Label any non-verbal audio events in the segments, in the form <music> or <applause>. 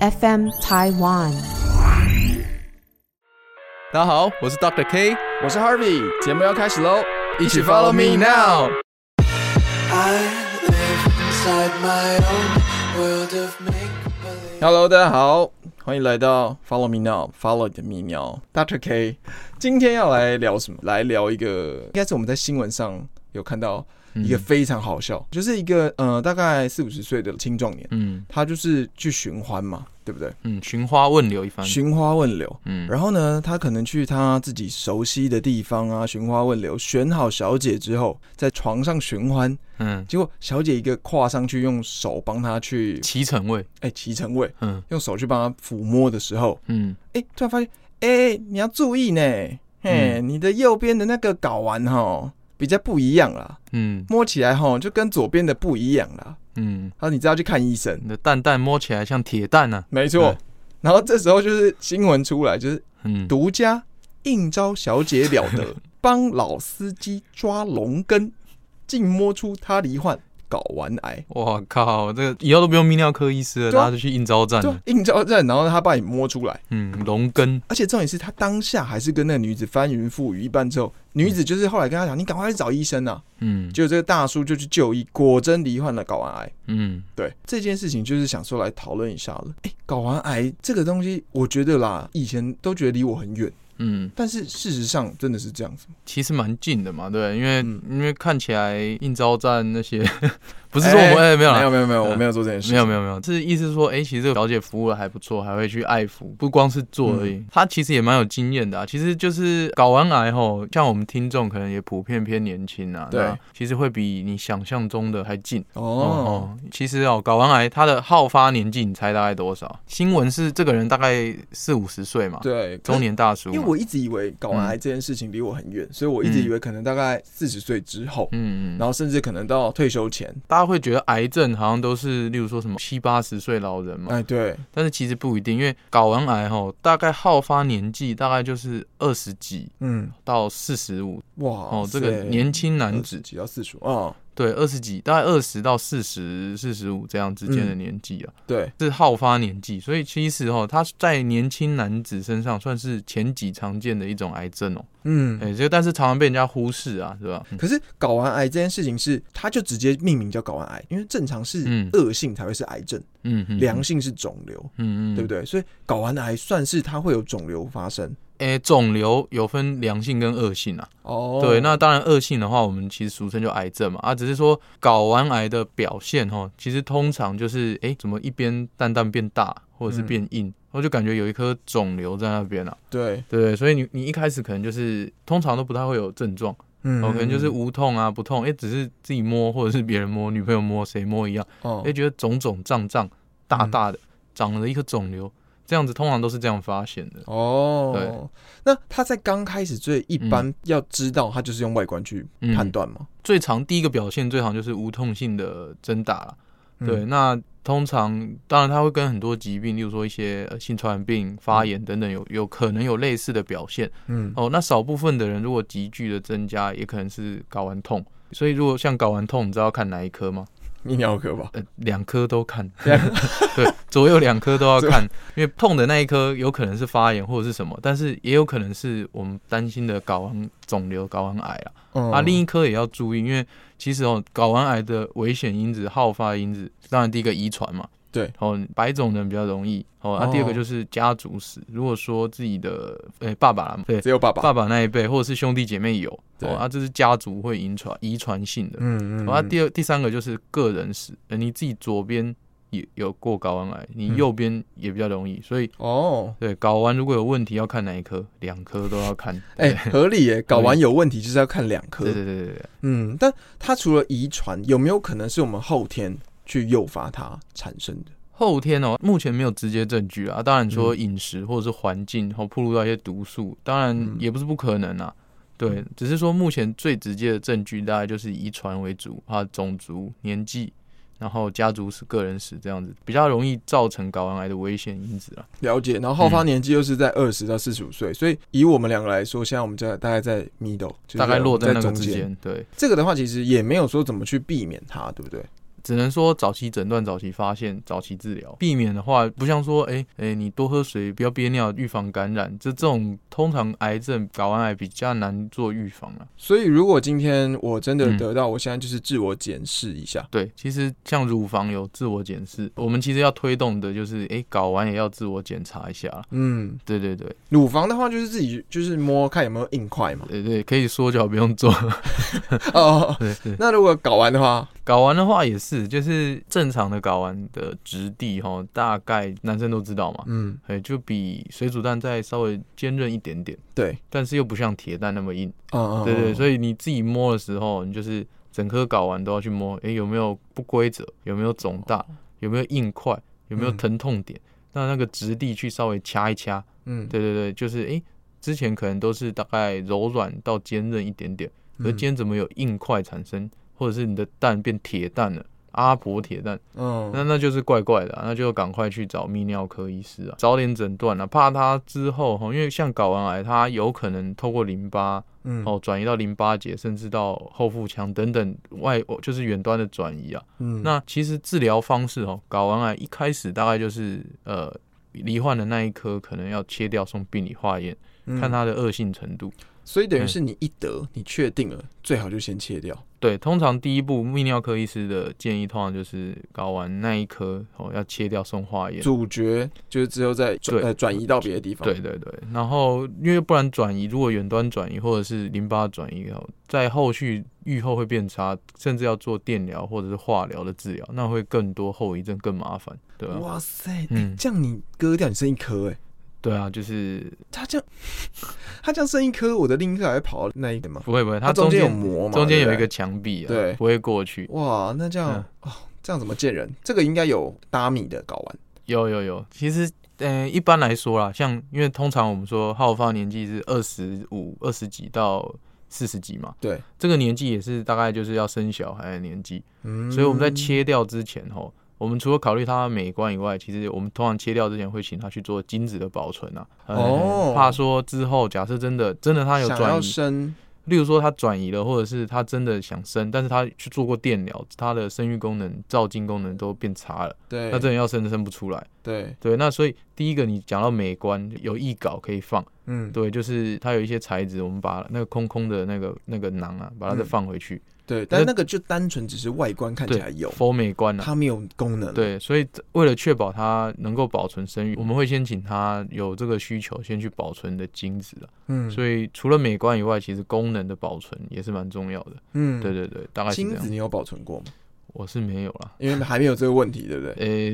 FM Taiwan。大家好，我是 Doctor K，我是 Harvey，节目要开始喽，一起 follow me now。 I live inside my own world of make believe. Hello，大家好，欢迎来到 Follow Me Now，Follow 你的泌尿，Doctor K。今天要来聊什么？来聊一个，应该是我们在新闻上有看到嗯一个非常好笑，就是一个呃大概四五十岁的青壮年，嗯他就是去寻欢嘛，对不对？嗯，寻花问柳一番，寻花问柳。嗯然后呢，他可能去他自己熟悉的地方啊，寻花问柳，选好小姐之后，在床上寻欢，嗯，结果小姐一个跨上去，用手帮他去脐橙味，哎骑乘位，嗯用手去帮他抚摸的时候，嗯哎、突然发现，哎、你要注意呢，嘿，嗯你的右边的那个睾丸哈比较不一样啦，嗯摸起来哈就跟左边的不一样啦。嗯，然后你知道去看医生，你的蛋蛋摸起来像铁蛋呢，没错。嗯然后这时候就是新闻出来，就是嗯，独家应招小姐了得， <laughs> 帮老司机抓龙根，竟摸出他罹患睾丸癌。我靠，这个以后都不用泌尿科医师了，对啊大家就去应招站就了，应招站，然后他把你摸出来，嗯，龙根，而且重点是他当下还是跟那个女子翻云覆雨一般之后，女子就是后来跟他讲，你赶快去找医生啊。嗯结果这个大叔就去就医，果真罹患了睾丸癌。嗯对这件事情，就是想说来讨论一下了。哎、睾丸癌这个东西，我觉得啦，以前都觉得离我很远，嗯，但是事实上真的是这样子。其实蛮近的嘛，对，因为嗯因为看起来应招站那些， <laughs> 不是说我们哎没有啦没有没有没有，嗯我没有做这件事情。没有没有没有，这意思是说，哎、其实这个小姐服务的还不错，还会去爱抚，不光是做而已，嗯她其实也蛮有经验的啊。其实就是睾丸癌吼，像我们听众可能也普遍偏年轻啊，对那其实会比你想象中的还近。哦，其实哦，睾丸癌它的好发年纪，你猜大概多少？新闻是这个人大概四五十岁嘛，，对，中年大叔嘛。可是。因为我一直以为睾嗯丸癌这件事情离我很远，所以我一直以为可能大概四十岁之后，嗯嗯，然后甚至可能到退休前。大家会觉得癌症好像都是，例如说什么七八十岁老人嘛，哎，对，但是其实不一定，因为睾丸癌吼，大概好发年纪大概就是二十几嗯，到四十五哇，哦，这个年轻男子几到四十哦，对二十几，大概二十到四十、四十五这样之嗯间的年纪啊，对，是好发年纪，所以其实哦，它在年轻男子身上算是前几常见的一种癌症哦，嗯，哎、这个但是常常被人家忽视啊，是吧？嗯可是睾丸癌这件事情是，它就直接命名叫睾丸癌，因为正常是嗯恶性才会是癌症，嗯嗯，良性是肿瘤，嗯嗯，对不对？对？所以睾丸癌算是它会有肿瘤发生。哎、肿瘤有分良性跟恶性啊。哦对，那当然恶性的话，我们其实俗称就癌症嘛，啊，只是说睾丸癌的表现哈，其实通常就是哎、诶怎么一边蛋蛋变大，或嗯者是变硬，我、就感觉有一颗肿瘤在那边啊，对，对，所以你你一开始可能就是通常都不太会有症状，嗯哦、可能就是无痛啊不痛，哎、只是自己摸或者是别人摸，女朋友摸谁摸一样，哦嗯哎、，觉得肿肿胀胀大大的，长了一颗肿瘤，这样子通常都是这样发现的，哦，那他在刚开始最一般要知道，他就是用外观去嗯判断嘛。最常第一个表现最常就是无痛性的针打啦。对，嗯，那通常当然它会跟很多疾病，例如说一些呃性传染病、发炎等等有有可能有类似的表现嗯，哦。那少部分的人如果急剧的增加，也可能是睾丸痛。所以如果像睾丸痛，你知道要看哪一科吗？泌尿科吧。 <laughs> 呃，两科都看，两对，左右两科都要看，因为痛的那一科有可能是发炎或者是什么，但是也有可能是我们担心的睾丸肿瘤、睾丸癌啊。 <laughs> 啊，啊另一科也要注意，因为其实哦，睾丸癌的危险因子、好发因子，当然第一个遗传嘛，对，哦，白种人比较容易，哦，啊，哦第二个就是家族史，如果说自己的诶、爸爸啦，对，只有爸爸。爸爸那一辈或者是兄弟姐妹有，对哦，啊，这是家族会遗传遗传性的，嗯哦，啊，第二第三个就是个人史，呃你自己左边也有过睾丸癌，你嗯右边也比较容易，所以哦，对睾丸如果有问题要看哪一科，两科都要看，哎，合理耶，睾丸有问题就是要看两对颗。对对对对。嗯，但它除了遗传，有没有可能是我们后天去诱发它产生的？后天哦，目前没有直接证据啊。当然说嗯饮食或者是环境或暴露到一些毒素，当然嗯也不是不可能啊。对，只是说目前最直接的证据大概就是遗传为主，啊，种族、年纪，然后家族史、个人史这样子，比较容易造成睾丸癌的危险因子啊。了解，然后好发年纪又是在二十到四十五岁，所以以我们两个来说，现在我们在大概在 middle，就是大概落在那个中之间。间。对，这个的话，其实也没有说怎么去避免它，对不对？只能说早期诊断、早期发现、早期治疗，避免的话，不像说，哎、哎、你多喝水，不要憋尿，预防感染，这这种通常癌症、睾丸癌比较难做预防啊。所以如果今天我真的嗯得到，我现在就是自我检视一下。对，其实像乳房有自我检视，我们其实要推动的就是，哎、睾丸也要自我检查一下啦。嗯，对对对，乳房的话就是自己就是摸看有没有硬块嘛。对对，可以说就好，不用做。哦，对对，那如果睾丸的话，睾丸的话也是，就是正常的睾丸的质地哈，大概男生都知道嘛，嗯，哎、就比水煮蛋再稍微坚韧一点点，对，但是又不像铁蛋那么硬。哦，对对，以所以你自己摸的时候，你就是整颗睾丸都要去摸，哎、有没有不规则，有没有肿大，有没有硬块，有没有嗯疼痛点，那那个质地去稍微掐一掐。嗯，对对对，就是哎、之前可能都是大概柔软到坚韧一点点。可是今嗯，天怎么有硬块产生，或者是你的蛋变铁蛋了？阿婆铁蛋，那嗯，那就是怪怪的、啊，那就赶快去找泌尿科医师啊，早点诊断啊，怕它之后哈，因为像睾丸癌，它有可能透过淋巴嗯，哦转移到淋巴结，甚至到后腹腔等等外，哦就是远端的转移啊。嗯，那其实治疗方式哦，睾丸癌一开始大概就是呃，罹患的那一颗可能要切掉送病理化验，嗯看它的恶性程度。所以等于是你一得，你确定了，最好就先切掉。对，通常第一步泌尿科医师的建议，通常就是睾丸那一颗哦要切掉送化验。主角就是之后再转嗯对呃转移到别的地方。对，对对，然后因为不然转移，如果远端转移或者是淋巴转移哦，在后续愈后会变差，甚至要做电疗或者是化疗的治疗，那会更多后遗症，更麻烦，对啊？哇塞，嗯，这样你割掉你剩一颗哎、对啊，就是他这样， <laughs> 他这样剩一颗，我的另一颗还会跑到那一点吗？不会不会，它它中中间有间膜嘛，中间有一嗯对个不墙壁啊，对不会过去。对哇，那这样、哦，这样怎么见人？这个应该有搭米的睾丸，有有有，其实，呃，一般来说啦，像因为通常我们说好发年纪是二十五、二十几到四十几嘛，对，这个年纪也是大概就是要生小孩的年纪，嗯所以我们在切掉之前吼，我们除了考虑它美观以外，其实我们通常切掉之前会请他去做精子的保存啊，呃哦怕说之后假设真的真的他有嗯想转要移，生，例如说他转移了，或者是他真的想生，但是他去做过电疗，他的生育功能、造精功能都变差了，对，那真的要生生不出来。对，对，那所以第一个你讲到美观，有易搞可以放，嗯，对，就是它有一些材质，我们把那个空空的那个那个囊啊，把它再嗯放回去，对，但那那个就单纯只是外观看起来有，佛美观啊。它没有功能，，对，所以为了确保它能够保存生育，我们会先请它有这个需求，先去保存你的精子啊。嗯，以所以除了美观以外，其实功能的保存也是蛮重要的。嗯对对对，大概是这精子样。你有保存过吗？我是没有啦，因为还没有这个问题，对不对？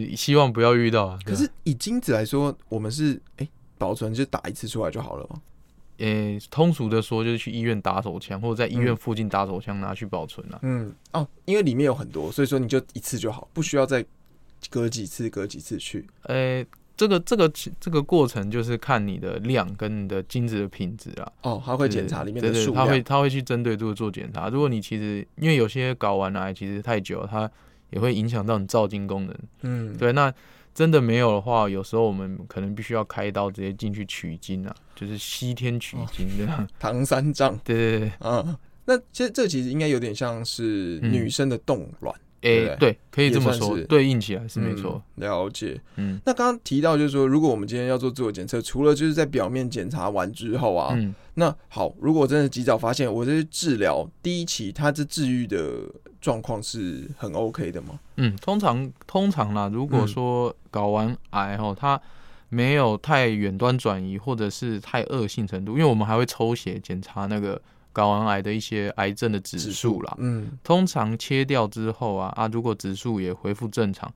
呃、希望不要遇到啊。 <laughs> 可是以精子来说，我们是哎、保存就打一次出来就好了嘛。呃、通俗的说，就是去医院打手枪，或者在医院嗯附近打手枪拿去保存啊。嗯，哦，因为里面有很多，所以说你就一次就好，不需要再隔几次隔几次去。呃、这个这个这个过程就是看你的量跟你的精子的品质啊啦，哦，他会检查里面对的对数他会量。他会去针对度做检查。如果你其实因为有些睾丸癌其实太久了，它也会影响到你造精功能。嗯，对，那真的没有的话，有时候我们可能必须要开刀直接进去取精啊，就是西天取哦精这样。唐三藏对对对，啊。那这这其实应该有点像是嗯女生的冻卵，诶、对哎对，可以这么也算说是，对应起来是没错。嗯。了解。嗯那刚刚提到就是说，如果我们今天要做自我检测，除了就是在表面检查完之后啊，嗯，那好，如果真的及早发现，我这是治疗第一期，它这治愈的状况是很 OK 的吗？嗯，通常通常啦，如果嗯说睾丸癌哦，它没有太远端转移或者是太恶性程度，因为我们还会抽血检查那个睾丸癌的一些癌症的指数啦。嗯通常切掉之后啊啊，如果指数也恢复正常，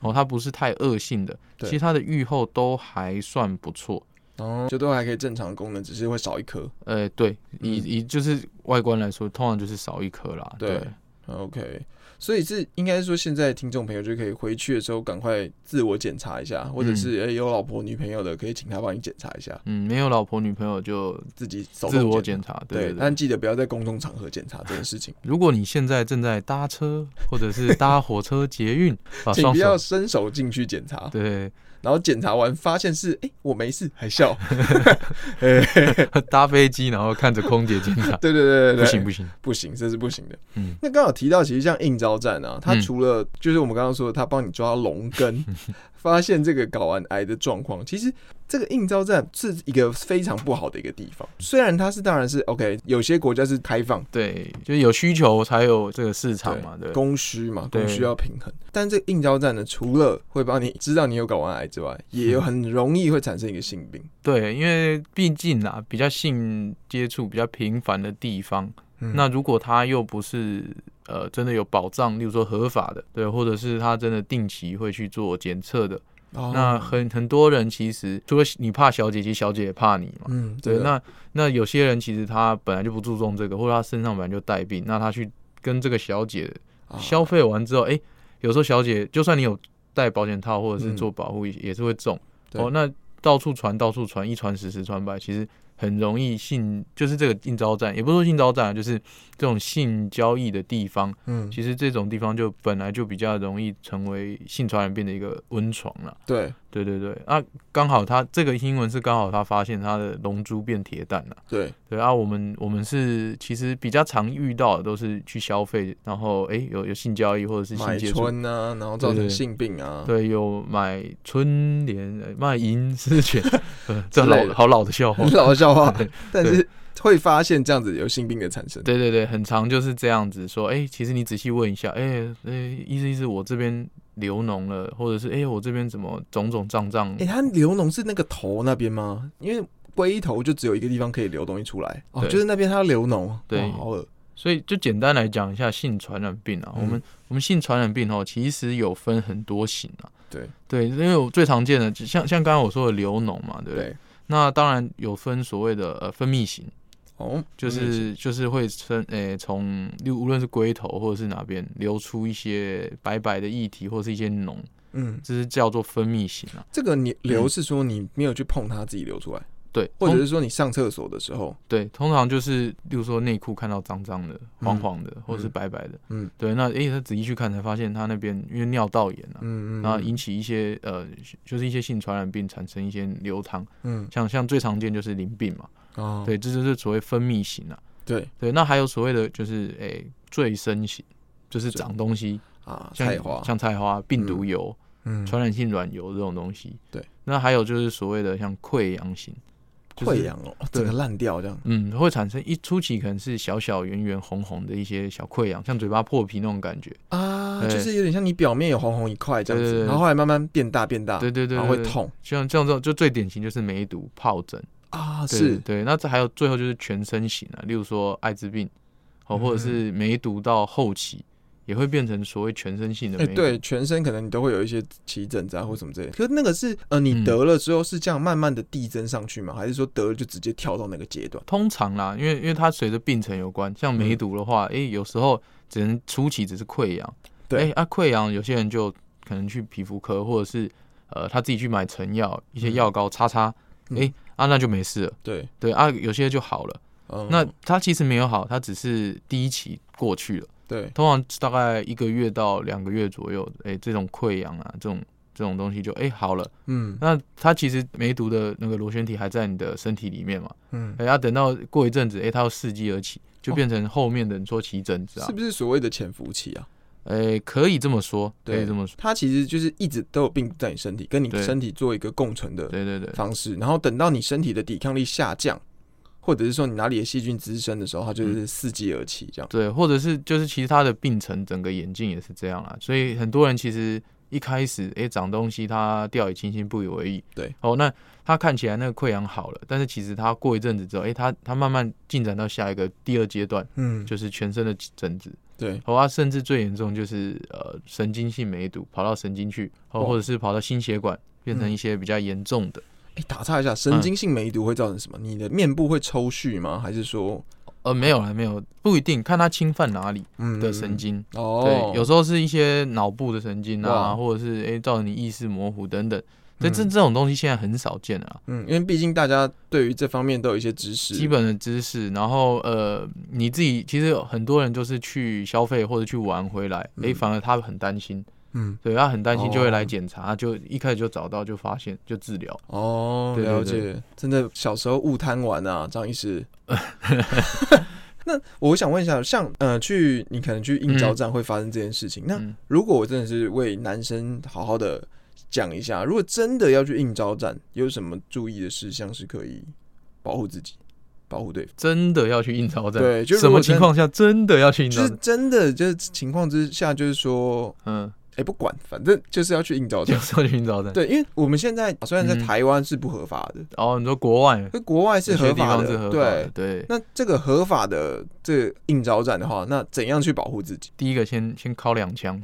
哦，它不是太恶性的，对其实它的预后都还算不错。哦，就都还可以正常功能，只是会少一颗。呃，对，以嗯以就是外观来说，通常就是少一颗啦。对对， OK，所以是应该说，现在听众朋友就可以回去的时候赶快自我检查一下，或者是、诶有老婆女朋友的，可以请她帮你检查一下，嗯，没有老婆女朋友就自己手自动我检检查。查。对对，对，但记得不要在公众场合检查这件事情，如果你现在正在搭车，或者是搭火车、捷 <laughs> 运，把啊请双不手要伸手进去检查，对然后检查完发现是诶我没事还笑，搭飞机，然后看着空姐检查， <laughs> <laughs> 对对对对对，不行不行，不行，这是不行的。嗯那刚好提到，其实像应招站啊，它嗯除了就是我们刚刚说的，它帮你抓龙根， <laughs> 发现这个睾丸癌的状况，其实这个应招站是一个非常不好的一个地嗯方。虽然它是当然是 OK，有些国家是开放，对，就是有需求才有这个市场嘛，对，供需嘛，对供需要平衡。但这个应招站呢，除了会帮你知道你有睾丸癌之外，也有很容易会产生一个性病。对，因为毕竟啊，比较性接触比较频繁的地方，嗯那如果他又不是呃真的有保障，例如说合法的，对，或者是他真的定期会去做检测的，哦那很很多人其实除了你怕小姐，其实小姐也怕你嘛。嗯，对，对，那那那有些人其实他本来就不注重这个，或者他身上本来就带病，那他去跟这个小姐啊消费完之后，哎、有时候小姐就算你有戴保险套或者是嗯做保护，也是会中。对哦，那到处传，到处传，一传十，十传百，其实很容易性，就是这个应招站，也不是说性招站啊，就是这种性交易的地方，嗯，其实这种地方就本来就比较容易成为性传染病的一个温床了。对对对对，啊，刚好他这个新闻是刚好他发现他的龙珠变铁蛋了。对，对啊，我们我们是其实比较常遇到的都是去消费，然后诶有有性交易或者是性买接触，春啊，然后造对对成性病啊，对，有买春联、呃卖淫丝 <laughs> 犬，呃这之类老的好老的笑话很。 <laughs> 老的笑话哦对，但是会发现这样子有性病的产生。对对对，很常就是这样子说，诶，其实你仔细问一下，诶，诶，意思意思我这边流脓了，或者是诶，我这边怎么肿肿胀胀哎、，它流脓是那个头那边吗？因为龟头就只有一个地方可以流东西出来，哦，对就是那边它流脓，对哇好恶，所以就简单来讲一下性传染病啊，嗯我们我们性传染病哦，其实有分很多型啊。对对，因为我最常见的，就像像刚刚我说的流脓嘛，对不对？对，那当然有分所谓的呃分泌型，哦，就是就是会分诶从六无论是龟头或者是哪边流出一些白白的液体或是一些脓，嗯，这是叫做分泌型啊。这个你流是说你没有去碰它自己流出来，对，或者通是说你上厕所的时候，对，通常就是例如说内裤看到脏脏的、黄嗯黄的，或者是白白的，嗯对，那诶他仔细去看才发现他那边因为尿道炎啊，嗯嗯，然后引起一些呃，就是一些性传染病产生一些流淌，嗯像像最常见就是淋病嘛，哦，对，这就是所谓分泌型啊，对对，那还有所谓的就是诶、赘生型，就是赘长东西，啊，像菜花，像菜花、病毒嗯疣、嗯，传染性软疣这种东西，对，那还有就是所谓的像溃疡型，就是溃疡哦，哦整个烂掉这样，嗯，会产生一初期可能是小小圆圆红红的一些小溃疡，像嘴巴破皮那种感觉，啊，对就是有点像你表面有红红一块这样对对子，对然后后来慢慢变大变大，对对对啊然后会对对痛像像这种就最典型就是梅毒、疱疹。啊，对是对，那这还有最后就是全身型啊，例如说艾滋病，哦，嗯或者是梅毒到后期也会变成所谓全身性的哎、梅毒。对，全身可能你都会有一些起疹子啊或什么之类的。可是那个是呃，你嗯得了之后是这样慢慢的递增上去吗？还是说得了就直接跳到那个阶段？通常啦，因为因为它随着病程有关，像梅嗯毒的话，哎、有时候只能初期只是溃疡，对哎啊溃疡有些人就可能去皮肤科，或者是呃他自己去买成药，一些嗯药膏擦擦，哎、嗯啊那就没事了，对，对啊有些就好了，嗯那它其实没有好，它只是第一期过去了。对，通常大概一个月到两个月左右，哎、这种溃疡啊，这种这种东西就哎、好了。嗯那它其实梅毒的那个螺旋体还在你的身体里面嘛，嗯，哎、它等到过一阵子，哎、它又伺机而起，就变成后面的你说起疹子啊哦是，不是所谓的潜伏期啊？哎、可以这么说，可对以这么说，它其实就是一直都有病毒在你身体，跟你对身体做一个共存的对对对，方式，然后等到你身体的抵抗力下降，或者是说你哪里的细菌滋生的时候，它嗯就是伺机而起这样。对，或者是就是其实它的病程整个眼镜也是这样啦，所以很多人其实一开始诶长东西，他掉以轻心，不以为意。对，哦，那他看起来那个溃疡好了，但是其实他过一阵子之后，诶，他他慢慢进展到下一个第二阶段，嗯，就是全身的疹子，对，哦，啊，甚至最严重就是呃神经性梅毒跑到神经去，哦，哇或者是跑到心血管，变成嗯一些比较严重的。哎、打岔一下，神经性梅毒会造成什么？你的面部会抽搐吗？还是说，呃，没有了，没有，不一定看他侵犯哪里嗯，的神经。哦，对，有时候是一些脑部的神经啊，哇或者是诶、造成你意识模糊等等。这嗯这这种东西现在很少见了、啊，嗯，因为毕竟大家对于这方面都有一些知识，基本的知识。然后呃，你自己其实很多人就是去消费或者去玩回来，诶、嗯反而他很担心，嗯对他很担心就会哦来检查，就一开始就找到就发现就治疗。哦，对对了对 <laughs> 解，真的小时候误贪玩啊，张医师，那我想问一下，像呃，去你可能去应招站会发生这件事情，那嗯如果我真的是为男生好好的讲一下，如果真的要去应招站，有什么注意的事项是可以保护自己、保护对方？真的要去应招战，对就如什果么真情况下真的要去应就招是战？真的，就是情况之下，就是说，嗯，哎、不管，反正就是要去应招就站。是要去应招战。，对，因为我们现在虽然在嗯台湾是不合法的，哦，你说国外在国外是有些合地法方的，是合法对的，。对。那这个合法的这个应招战的话，那怎样去保护自己？第一个先先敲两枪，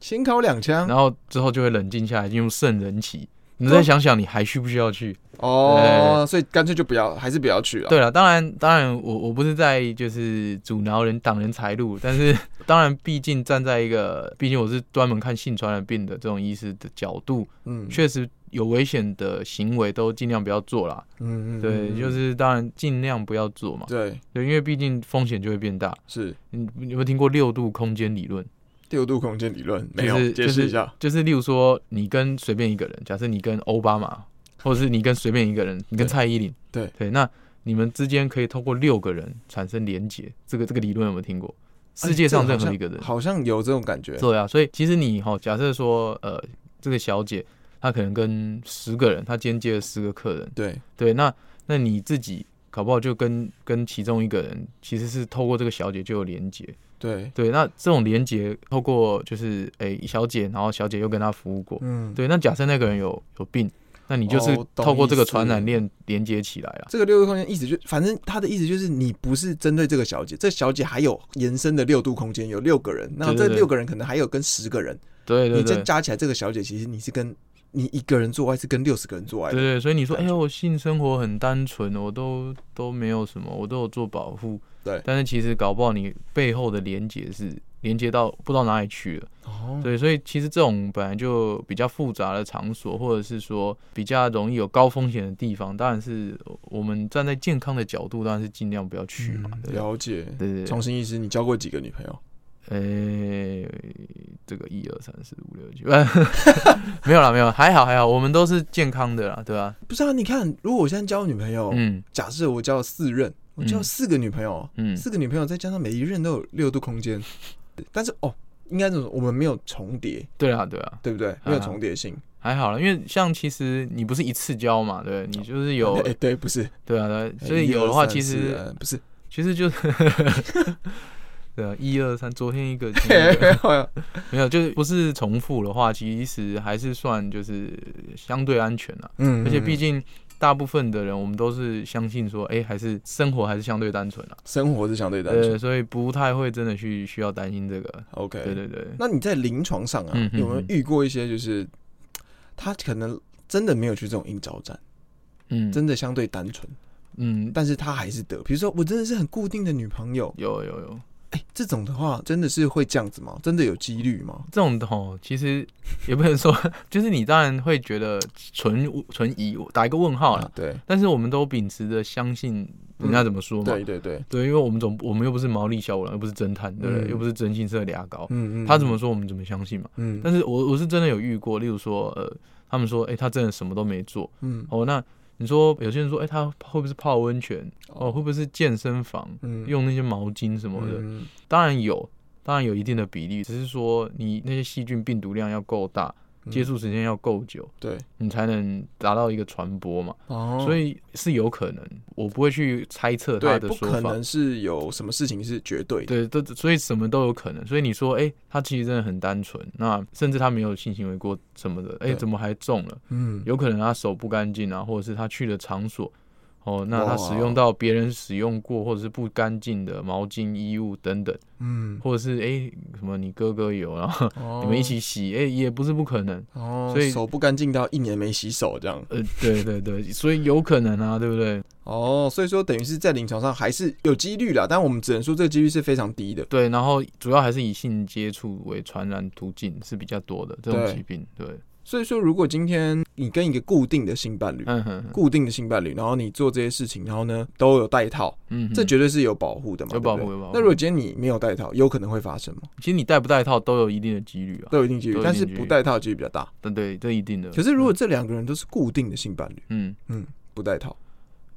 先敲两枪然后之后就会冷静下来，进入圣人期。你啊再想想，你还需不需要去？哦，所以干脆就不要，还是不要去了。，对了，当然，当然，我我不是在就是阻挠人挡人财 <laughs> 路，但是当然，毕竟站在一个，毕竟我是专门看性传染病的这种医师的角度，嗯，确实有危险的行为都尽量不要做啦。嗯，嗯对，就是当然尽量不要做嘛，对，对，因为毕竟风险就会变大。是你你有没有听过六度空间理论？六度空间理论，没就有是解释一下。就是例如说，你跟随便一个人，假设你跟奥巴马，或者是你跟随便一个人，你跟蔡依林，对对，那你们之间可以通过六个人产生连结，这个这个理论有没有听过？世界上任何一个人，好像啊有这种感觉。对啊，所以其实你哈，假设说呃，这个小姐她可能跟十个人，她今天接了十个客人，对，对，那那你自己搞不好就跟跟其中一个人其实是透过这个小姐就有连结，对，对，那这种连接透过就是诶、小姐，然后小姐又跟她服务过，嗯，对，那假设那个人有有病，那你就是哦懂透过这个意思传染链连接起来啊了。这个六度空间意思就，反正他的意思就是，你不是针对这个小姐，这小姐还有延伸的六度空间，有六个人，那对这对对六个人可能还有跟十个人，对对你对再，加起来，这个小姐其实你是跟你一个人做爱，是跟六十个人做爱对的。对，所以你说，哎、感觉我性生活很单纯，我都都没有什么，我都有做保护。对但是其实搞不好你背后的连接是连接到不知道哪里去了。哦，对，所以其实这种本来就比较复杂的场所，或者是说比较容易有高风险的地方，当然是我们站在健康的角度，当然是尽量不要去嘛。嗯对嗯了解。对对对重，新医师，你交过几个女朋友？呃、这个一二三四五六七，呃 <laughs> 没有啦，没有，还好还好，我们都是健康的啦，对吧、不是啊，你看，如果我现在交女朋友，嗯假设我交了四任，我交了嗯四个女朋友，嗯，四个女朋友再加上每一任都有六度空间，但是哦，应该怎么说？我们没有重叠，对啦对啦，对不对？啊没有重叠性。还好啦，因为像其实你不是一次交嘛，对你就是有，哎， <laughs> 对，不是， <laughs> 对啊对啊，所哎以有的话一二三其四实呃不是，其实就是 <laughs> 对啊，一二三，昨天一个，今 <laughs> 嘿天一嘿个 <laughs> 嘿 <laughs> 嘿没有，就是不是重复的话，其实还是算就是相对安全啦。嗯而且毕竟大部分的人，我们都是相信说，哎、还是生活还是相对单纯啊，生活是相对单呃，纯。所以不太会真的去需要担心这个。 OK，对对对，那你在临床上啊嗯，哼有没有哼遇过一些就是他可能真的没有去这种应招站，嗯，真的相对单纯，嗯，但是他还是得，比如说我真的是很固定的女朋友，有有有，哎，这种的话真的是会这样子吗？真的有几率吗？这种哦，其实也不能说， <laughs> 就是你当然会觉得存存疑，打一个问号啦。啊，对，但是我们都秉持着相信人家怎么说嘛，嗯对对对，对，因为我们总我们又不是毛利小五郎，又不是侦探，对不对？嗯又不是真心社俩高，嗯嗯，他怎么说我们怎么相信嘛。嗯，但是我我是真的有遇过，例如说，呃，他们说，哎、他真的什么都没做，嗯哦，那你说有些人说，哎、他会不会是泡温泉？哦，会不会是健身房嗯用那些毛巾什么的？嗯当然有，当然有一定的比例，只是说你那些细菌病毒量要够大，嗯接触时间要够久，对你才能达到一个传播嘛。哦所以是有可能，我不会去猜测他对，的不说可法能。是有什么事情是绝对对，的，都所以什么都有可能。所以你说，哎、他其实真的很单纯，那甚至他没有性行为过什么的，哎、对怎么还中了？嗯，有可能他手不干净啊，或者是他去的场所，哦，那哇他使用到别人使用过或者是不干净的毛巾、衣物等等，嗯，或者是诶什么你哥哥有，然后你你们一起洗，诶也不是不可能。哦，所以手不干净到一年没洗手这样，呃，对对对，所以有可能啊，对不对？哦，所以说等于是在临床上还是有几率啦，但我们只能说这个几率是非常低的。对，然后主要还是以性接触为传染途径是比较多的这种对疾病，对，所以说，如果今天你跟一个固定的性伴侣，嗯哼哼，固定的性伴侣，然后你做这些事情，然后呢都有戴套，嗯哼，这绝对是有保护的嘛，有对不保对护有保护那如果今天你没有戴套，有可能会发生吗？其实你戴不戴套都有一定的几率啊，都有一定几率都，有但一是定几率嗯不戴套的几率比较大。对对，这一定的。可是如果这两个人都是固定的性伴侣，嗯不戴套，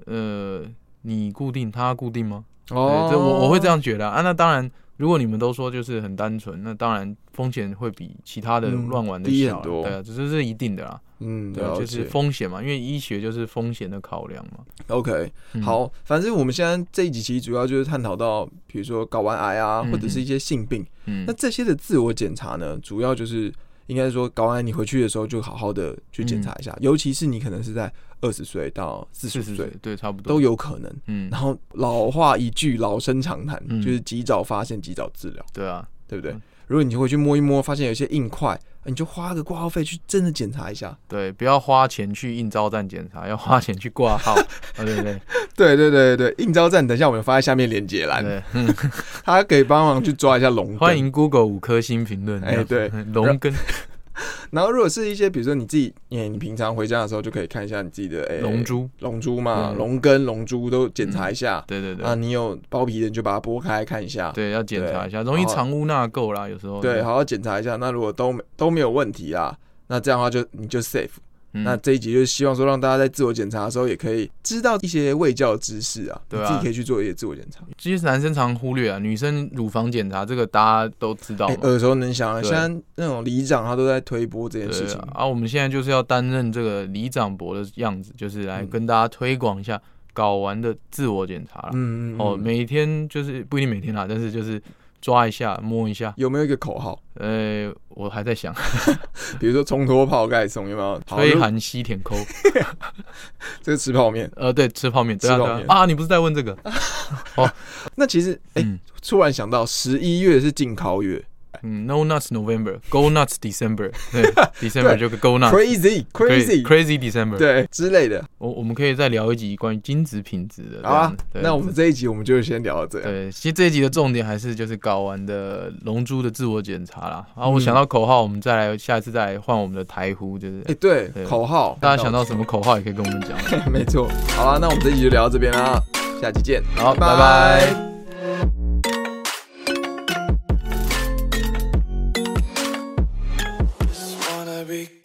呃，你固定，他固定吗？哦对，这我我会这样觉得啊。啊那当然，如果你们都说就是很单纯，那当然风险会比其他的嗯乱玩的低小很啦多对啊，这这是一定的啦。嗯，对啊，了就是解风险嘛，因为医学就是风险的考量嘛。 OK，嗯，好，反正我们现在这一集其实主要就是探讨到，比如说睾丸癌啊，嗯或者是一些性病。嗯那，这些的自我检查呢，主要就是应该说睾丸癌，你回去的时候就好好的去检查一下，尤其是你可能是在二十岁到四十嗯四十岁岁，对，差不多都。有可能。嗯，然后老话一句，老生常谈，嗯就是及早发现，及早治疗，对啊，对不对嗯？如果你回去摸一摸，发现有一些硬块，哎你就花个挂号费去真的检查一下。对，不要花钱去应招站检查，要花钱去挂 <laughs> 号。啊对对对对对对，应招站，等一下我们放在下面连接栏，对，嗯他可以帮忙去抓一下 <laughs> 龙。欢。迎 Google 五颗星评论。哎对， <laughs> 龙根然后如果是一些，比如说你自己，你你平常回家的时候就可以看一下你自己的哎龙珠，龙珠嘛，嗯龙根、龙珠都检查一下。对对对啊，，你有包皮的你就把它剥开看一下。对，要检查一下，容易好藏污纳垢啦，有时候。对，好好检查一下。那如果都没都没有问题啦，那这样的话就你就 safe。嗯那这一集就是希望说让大家在自我检查的时候也可以知道一些卫教知识啊，对啊你自己可以去做一些自我检查。其实男生常忽略啊，女生乳房检查这个大家都知道哎嘛。耳熟能详啊，对现在那种里长他都在推波这件事对情啊，。啊，我们现在就是要担任这个里长伯的样子，就是来嗯跟大家推广一下睾丸的自我检查啦。嗯嗯，哦，哦，每天就是不一定每天啦，但是就是抓一下摸一下。有没有一个口号？呃，我还在想，比如说冲脱泡盖送有没有？好吹寒吸舔 <laughs> 抠。这个吃泡面。呃，对，吃泡面，对啊吃对泡啊面哎啊，你不是在问这个？那其实哎，嗯突然想到十一月是禁烤月嗯，No nuts November，Go nuts <laughs> December，对，December 就 Go nuts。 ，crazy Crazy crazy， Crazy December，对之类的。我我们可以再聊一集关于精子品质的这好啊样子。对那我们这一集我们就先聊到这样。对，其实这一集的重点还是就是睾丸的龙珠的自我检查啦。然后我嗯想到口号，我们再来下一次再来换我们的台呼，就是哎，对，对口号，大家想到什么口号也可以跟我们讲。 <laughs> 没错。好啦，那我们这一集就聊到这边啦，下期见，好拜拜 Just wanna be